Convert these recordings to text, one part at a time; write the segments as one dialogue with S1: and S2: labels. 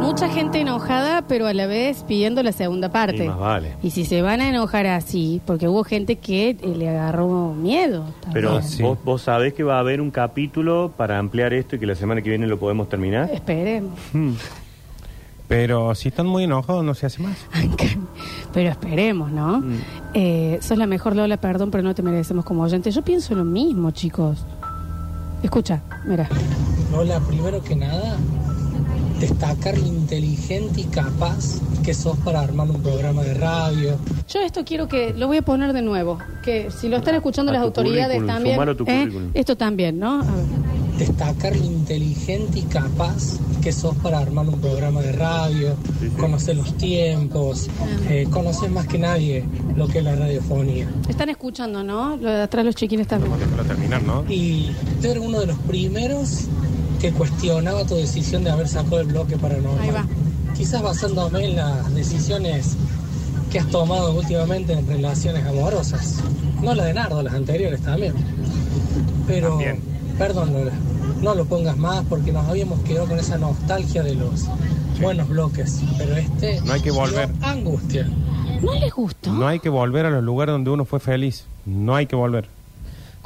S1: mucha gente enojada, pero a la vez pidiendo la segunda parte.
S2: Y más vale.
S1: Y si se van a enojar así, porque hubo gente que eh, le agarró miedo. también.
S2: Pero
S3: Sí.
S2: vos, vos sabés que va a haber un capítulo para ampliar esto y que la semana que viene lo podemos terminar.
S1: Eh, Esperemos.
S3: Pero si están muy enojados, no se hace más.
S1: Pero esperemos, ¿no?
S2: Mm.
S1: Eh, sos la mejor Lola, perdón, pero no te merecemos como oyente. Yo pienso lo mismo, chicos. Escucha, mira.
S4: Hola, primero que nada, destacar lo inteligente y capaz que sos para armar un programa de radio.
S1: Yo esto quiero que lo voy a poner de nuevo, que si lo están escuchando
S2: A
S1: las
S2: tu
S1: autoridades
S2: currículum,
S1: también,
S2: sumalo a tu
S1: ¿eh?
S2: currículum.
S1: esto también, ¿no? A ver.
S4: Destacar lo inteligente y capaz que sos para armar un programa de radio, conocer los tiempos, eh, conocer más que nadie lo que es la radiofonía.
S1: Están escuchando, ¿no? Lo de atrás los chiquines también.
S3: Para terminar, ¿no?
S4: Y yo era uno de los primeros que cuestionaba tu decisión de haber sacado el bloque paranormal.
S1: Ahí va.
S4: Quizás basándome en las decisiones que has tomado últimamente en relaciones amorosas. No la de Nardo, las anteriores también. Pero,
S3: También.
S4: perdón, Lola, no lo pongas más porque nos habíamos quedado con esa nostalgia de los buenos bloques. Pero este.
S3: No hay que volver.
S4: dio Angustia.
S1: ¿No les gustó?
S3: No hay que volver a los lugares donde uno fue feliz. No hay que volver.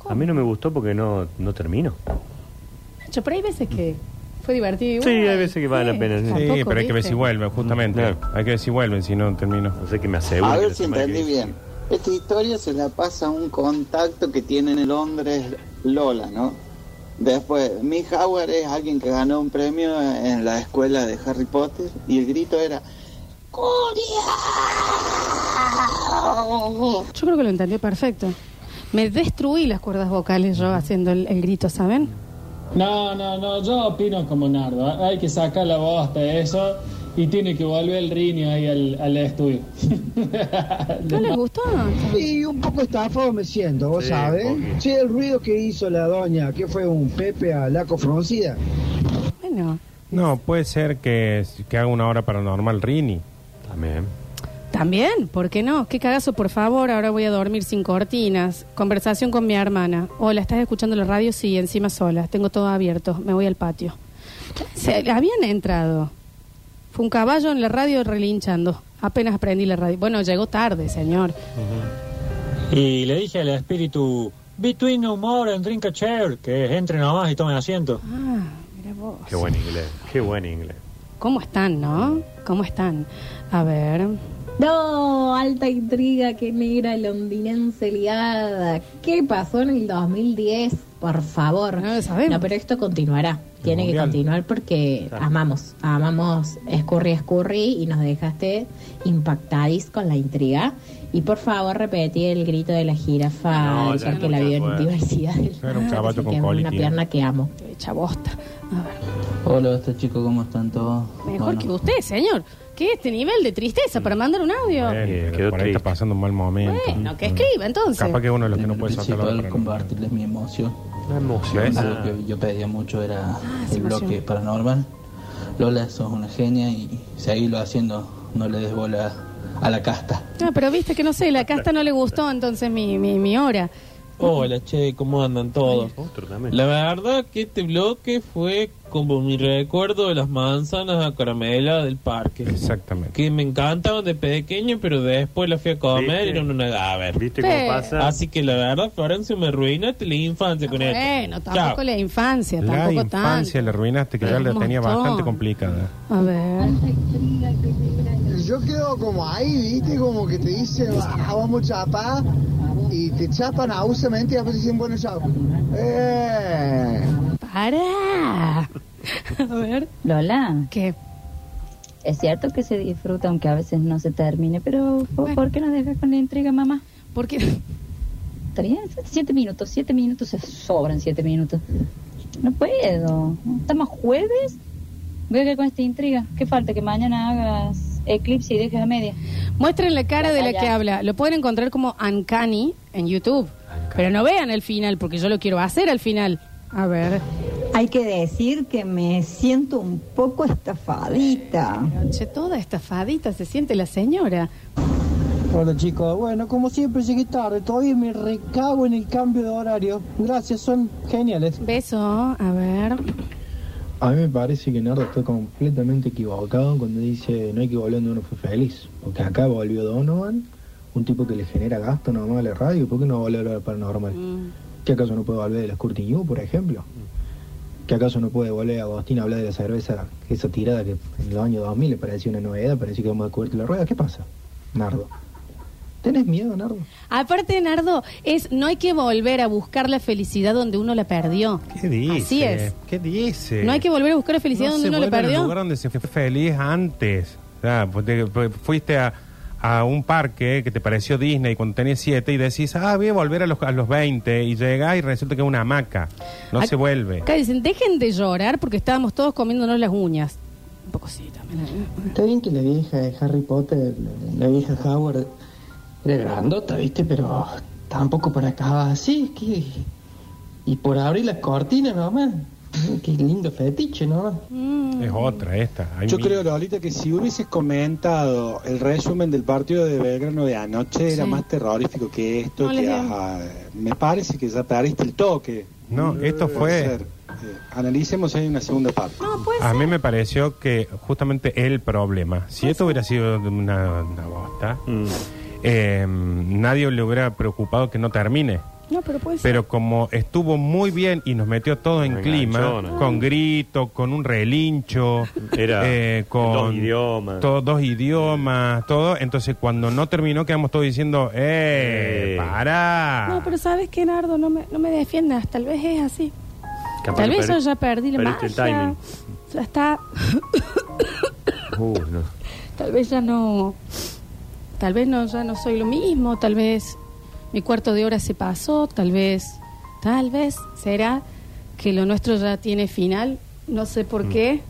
S2: A mí no me gustó porque no, no termino.
S1: Nacho, pero hay veces que fue divertido.
S2: Sí,
S1: igual. ¿eh?
S2: hay veces que vale la pena, sí.
S3: Sí,
S1: Tampoco,
S3: pero hay que ver
S1: ¿viste?
S3: si vuelven, justamente.
S2: Claro.
S3: Hay que ver si vuelven, si no termino.
S2: No sé qué me aseguro.
S5: A
S2: que
S5: ver
S2: la
S5: si
S2: semana que
S5: entendí
S2: viene-
S5: bien. Esta historia se la pasa a un contacto que tiene en Londres Lola, ¿no? Después, Mick Howard es alguien que ganó un premio en la escuela de Harry Potter y el grito era
S1: Yo creo que lo entendió perfecto. Me destruí las cuerdas vocales yo haciendo el, el grito, ¿saben?
S6: No, no, no, yo opino como Nardo. ¿eh? Hay que sacar la bosta de eso y tiene que volver el riño ahí al, al estudio.
S1: ¿No les gustó?
S7: Y un poco estafado me siento, vos
S2: Sí,
S7: sabés.
S2: un poquito.
S7: Sí, el ruido que hizo la doña, que fue un Pepe a Laco Froncida.
S1: Bueno,
S3: No, puede ser que, que haga una hora paranormal Rini.
S2: También.
S1: también, ¿por qué no? Qué cagazo, por favor, ahora voy a dormir sin cortinas. Conversación con mi hermana. Hola, ¿estás escuchando la radio? Sí, encima sola. Tengo todo abierto. Me voy al patio. Se, habían entrado. Fue un caballo en la radio relinchando. Apenas aprendí la radio. Bueno, llegó tarde, señor.
S6: Y le dije al espíritu, between humor and drink a chair, que entre nomás y tomen asiento.
S1: Ah, mira vos.
S2: Qué buen inglés. Qué buen inglés.
S1: ¿Cómo están, no? ¿Cómo están? A ver.
S8: No, alta intriga, qué negra londinense liada. ¿Qué pasó en el 2010? Por favor.
S1: No lo sabemos.
S8: No, pero esto continuará. Tiene que
S3: mundial.
S8: continuar porque
S2: Claro.
S8: amamos, amamos Scurry Scurry y nos dejaste impactadis con la intriga. Y por favor repetí el grito de la jirafa
S2: No,
S8: del
S2: ya no
S8: parque de la
S2: se puede.
S8: biodiversidad. del-
S3: Era un caballo
S8: que
S3: con
S8: es una
S3: colitis.
S8: pierna que amo.
S1: Hecha bosta. A ver.
S9: Hola, este chico, ¿cómo están todos?
S1: Mejor
S9: Bueno,
S1: que usted, señor. ¿Qué este nivel de tristeza para mandar un audio?
S3: Bueno,
S2: Eh,
S3: pero
S2: quedó
S3: por ahí
S2: triste.
S3: está pasando un mal momento.
S1: Bueno, que escriba entonces.
S3: Capaz que uno de los que no
S9: primero
S3: puede sacar la
S9: principal,
S3: hora paranormal.
S9: Este compartirles mi emoción.
S2: La emoción.
S3: ¿Ves?
S9: Algo que yo pedía mucho era el
S1: sí, emoción.
S9: bloque paranormal. Lola, sos una genia y seguirlo haciendo. No le des bola a la casta.
S1: No, Ah, pero viste que no sé, la casta no le gustó entonces mi, mi, mi hora.
S10: Hola, che, ¿cómo andan todos?
S2: Otro también.
S10: La verdad que este bloque fue como mi recuerdo de las manzanas a caramela del parque.
S3: Exactamente.
S10: Que me encantaban de pequeño, pero después las fui a comer
S2: ¿Viste?
S10: y eran una gaber.
S2: ¿Viste cómo
S1: Sí.
S2: pasa?
S10: Así que la verdad, Florencio, me arruinaste la infancia con esto.
S1: Ah, Bueno, tampoco
S10: Chao.
S1: la infancia,
S3: La
S1: tampoco
S3: infancia le
S1: tanto.
S3: arruinaste, que ya
S1: Un
S3: la tenía
S1: montón.
S3: bastante complicada.
S1: A ver.
S7: Yo quedo como ahí, viste, como que te dice, "Ah, vamos chapa, y te chapan ausamente y después dicen, bueno, chao. Eh.
S1: ¡Para! A ver,
S11: Lola,
S1: ¿qué?
S11: es cierto que se disfruta aunque a veces no se termine, pero ¿po-
S1: Bueno.
S11: ¿por qué nos dejas con la intriga, mamá?
S1: Porque
S11: Está bien, siete minutos, siete minutos, se sobran siete minutos. No puedo. Estamos jueves. Voy a quedar con esta intriga. ¿Qué falta? Que mañana hagas eclipse y dejes a media.
S1: muestren la cara de la
S11: Ya,
S1: que
S11: ya.
S1: habla. Lo pueden encontrar como Uncanny en YouTube. Pero no vean el final, porque yo lo quiero hacer al final. A ver.
S11: Hay que decir que me siento un poco estafadita.
S1: Che, toda estafadita se siente la señora.
S4: Hola chicos, bueno, como siempre llegué tarde, todavía me recago en el cambio de horario. Gracias, son geniales.
S1: Beso, a ver.
S12: A mí me parece que Nardo está completamente equivocado cuando dice no hay que volver donde uno fue feliz. Porque acá volvió Donovan, un tipo que le genera gasto normal a la radio, ¿por qué no volvió a lo
S1: Mm.
S12: paranormal? ¿Que acaso no puede volver de las Curtin You, por ejemplo? ¿Que acaso no puede volver a Agostín a hablar de la cerveza, esa tirada que en los años 2000 le parecía una novedad, parecía que vamos a descubrirte la rueda? ¿Qué pasa, Nardo? ¿Tenés miedo, Nardo?
S1: Aparte, Nardo, es no hay que volver a buscar la felicidad donde uno la perdió.
S3: ¿Qué dice?
S1: Así es.
S3: ¿Qué dice?
S1: No hay que volver a buscar la felicidad
S3: No
S1: donde
S3: se
S1: uno la
S3: vuelve al
S1: perdió.
S3: lugar donde se fue feliz antes. O sea, porque- porque fuiste a, a un parque que te pareció Disney cuando tenías 7 y decís, ah, voy a volver a los, a los 20 y llegás y resulta que es una hamaca. No
S1: Ac-
S3: se vuelve.
S1: Acá dicen, dejen de llorar porque estábamos todos comiéndonos las uñas. Un poco sí, también. ¿eh?
S12: Está bien que la vieja de Eh, Harry Potter, la vieja Howard, era grandota, ¿viste? Pero tampoco para acá así, que... Y por abrir la cortina nomás. Qué lindo fetiche, ¿no?
S1: Mm.
S3: Es otra esta. Hay
S13: Yo
S3: mil.
S13: creo, Lolita, que si hubieses comentado el resumen del partido de Belgrano de anoche, era
S1: Sí.
S13: más terrorífico que esto.
S1: No les
S13: que,
S1: veo.
S13: ajá, me parece que ya perdiste el toque.
S3: No, esto
S13: Puede
S3: fue-
S13: ser. Eh, analicemos ahí una segunda parte.
S3: A mí me pareció que justamente el problema, si esto hubiera sido de una, una bosta,
S13: Mm.
S3: eh, nadie le hubiera preocupado que no termine.
S1: No, pero puede ser.
S3: Pero como estuvo muy bien y nos metió todo en
S2: Nos
S3: clima,
S2: enganchó, ¿no?
S3: con grito, con un relincho,
S2: Era
S3: eh, con
S2: dos idiomas.
S3: to- dos idiomas, todo, entonces cuando no terminó quedamos todos diciendo,
S2: Eh.
S3: ¡eh, pará!
S2: ah.
S1: No, pero ¿sabes qué, Nardo? No me, no me defiendas. Tal vez es así.
S2: Capaz
S1: Tal
S2: que
S1: vez
S2: perdí-
S1: yo ya perdí la
S2: perdiste el
S1: magia.
S2: timing.
S1: Ya está.
S2: Uh, no.
S1: Tal vez ya no. Tal vez no, ya no soy lo mismo. Tal vez mi cuarto de hora se pasó. Tal vez. Tal vez será que lo nuestro ya tiene final. No sé por qué.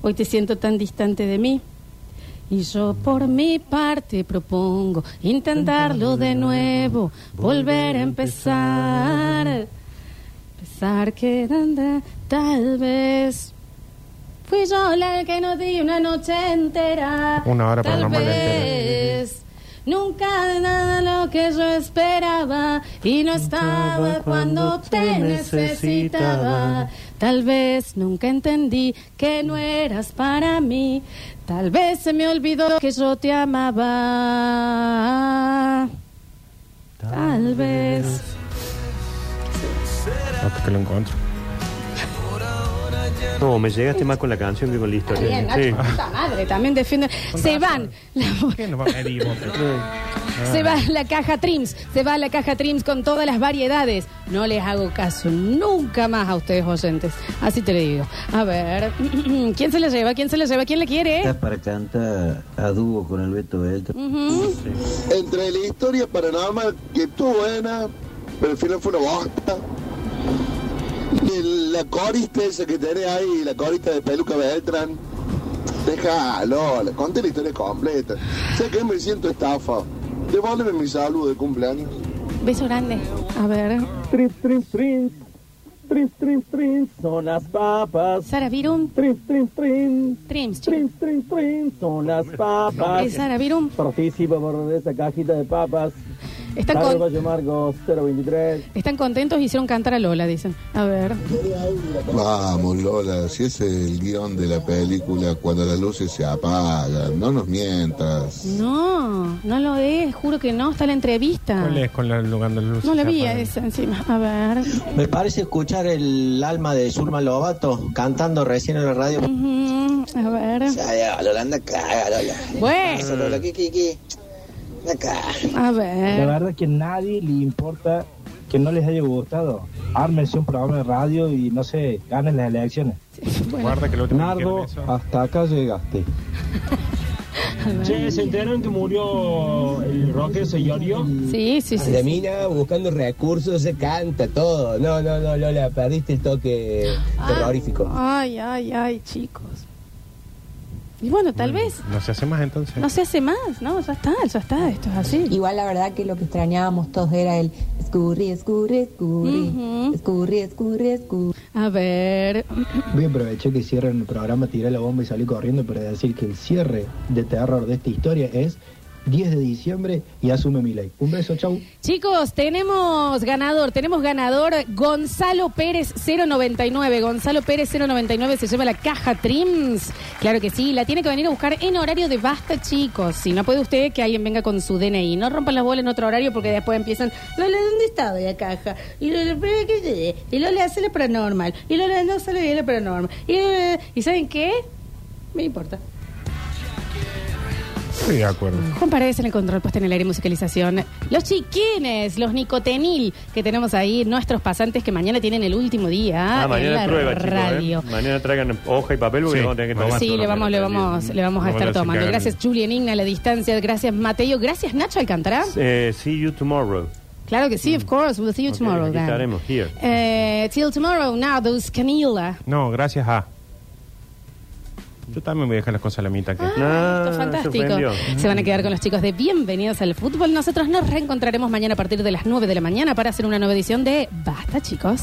S1: Hoy te siento tan distante de mí. Y yo por mi parte propongo intentarlo de nuevo, volver a empezar. Pensar que anda, tal vez fui yo la que no di una noche entera.
S3: Una hora
S1: tal
S3: paranormal
S1: vez. Nunca nada lo que yo esperaba y no estaba cuando te necesitaba. Tal vez nunca entendí que no eras para mí. Tal vez se me olvidó que yo te amaba. Tal vez.
S3: Hasta que lo encuentro.
S2: No, me llegaste más con la canción que con la historia.
S1: Bien, Nacho, puta madre, también defiende. Se van,
S3: ¿Qué nos va a pedir vos?
S1: se va la caja Trims, se va la caja Trims con todas las variedades. No les hago caso nunca más a ustedes oyentes. Así te lo digo. A ver, ¿quién se la lleva? ¿Quién se la lleva? ¿Quién la quiere?
S14: Está para cantar a dúo con el Beto Beltrán.
S1: Ujú.
S14: Entre la historia paranormal que estuvo buena, pero al final fue una bosta.
S5: Y la corista esa que tenés ahí, la corista de Peluca Beltrán, déjalo, le conté la historia completa. Sé que me siento estafa. Devuélveme mi salud de cumpleaños.
S1: Beso grande. A ver.
S15: Tris, tris, tris. Tris, tris, tris. Son las papas.
S1: Sara Virum.
S15: Tris, tris, tris.
S1: Trims,
S15: tris, tris, tris. Son las papas.
S1: Es Sara Virum.
S15: Participa por esta cajita de papas.
S1: Están
S15: Carlos
S1: con-
S15: Valle Marcos, 023.
S1: Están contentos, hicieron cantar a Lola, dicen. A ver.
S16: Vamos, Lola, si es el guión de la película, cuando las luces se apagan, no nos mientas.
S1: No, no lo es, juro que no, está la entrevista.
S3: ¿Cuál es con la, cuando las luces
S1: No la
S3: Pues se
S1: vi
S3: apagan?
S1: a esa encima. A ver.
S12: Me parece escuchar el alma de Zulma Lobato cantando recién en la radio.
S1: Ujú, A ver.
S12: Lolanda, caga, Lola.
S14: Mm.
S1: Bueno. A
S12: La
S1: ver.
S12: verdad que a nadie le importa que no les haya gustado. Ármense un programa de radio y no sé, ganen las elecciones.
S3: Guarda que lo último que
S12: Nardo,
S3: dijeron
S12: hasta acá llegaste.
S6: Che, ¿se enteraron que murió el rocker Señorio?
S1: Sí, sí, sí. sí.
S17: mina buscando recursos se canta todo. No, no, no, Lola, perdiste el toque terrorífico.
S1: Ay, ay, ay, chicos. Y bueno, tal vez
S3: No se hace más entonces.
S1: no se hace más, ¿no? Ya está, ya está, esto es así.
S8: Igual la verdad que lo que extrañábamos todos era el escurri, escurri, escurri, escurri, escurri, escurri.
S1: A ver.
S12: Voy a aprovechar que cierren el programa, tiré la bomba y salí corriendo para decir que el cierre de terror de esta historia es 10 de diciembre y asume mi ley. Un beso, chau.
S1: Chicos, tenemos ganador, tenemos ganador Gonzalo Pérez 099. Gonzalo Pérez 099 se lleva la caja Trims. Claro que sí, la tiene que venir a buscar en horario de basta, chicos. Si no puede usted, que alguien venga con su DNI. No rompan las bolas en otro horario porque después empiezan, Lola, ¿dónde estaba la caja? Y Lola, ¿pero qué llegué? Y Lola hace la paranormal. Y Lola no sale bien la paranormal. Y, Lola- ¿y ¿saben qué? Me importa.
S3: Estoy de acuerdo.
S1: Juan Paredes en el control, puesta en el aire y musicalización. Los chiquines, los nicotenil que tenemos ahí, nuestros pasantes que mañana tienen el último día
S2: Ah,
S1: en
S2: mañana
S1: la
S2: prueba, chicos. ¿eh?
S1: radio.
S2: Mañana traigan hoja y papel porque
S3: Sí,
S2: vamos a tener que tomar.
S1: Sí,
S2: todo
S1: le
S2: lo
S1: vamos,
S2: que
S1: le
S2: nos
S1: vamos,
S2: traen.
S1: le vamos a
S2: Vamos
S1: estar
S2: ver si
S1: tomando.
S2: cagan.
S1: Gracias Julian Igna a la distancia, gracias Mateo, gracias Nacho Alcántara.
S2: Eh, see you tomorrow.
S1: Claro que sí, of course, we'll see you
S2: Mm. Ok,
S1: tomorrow
S2: aquí
S1: then.
S2: estaremos, here.
S1: Eh, till tomorrow, now those canila.
S3: No, gracias a. Yo también voy a dejar las cosas a la mitad.
S2: Ah,
S1: Ah, Esto
S3: Que...
S1: es fantástico. Se van a quedar con los chicos de Bienvenidos al Fútbol. Nosotros nos reencontraremos mañana a partir de las 9 de la mañana para hacer una nueva edición de Basta, chicos.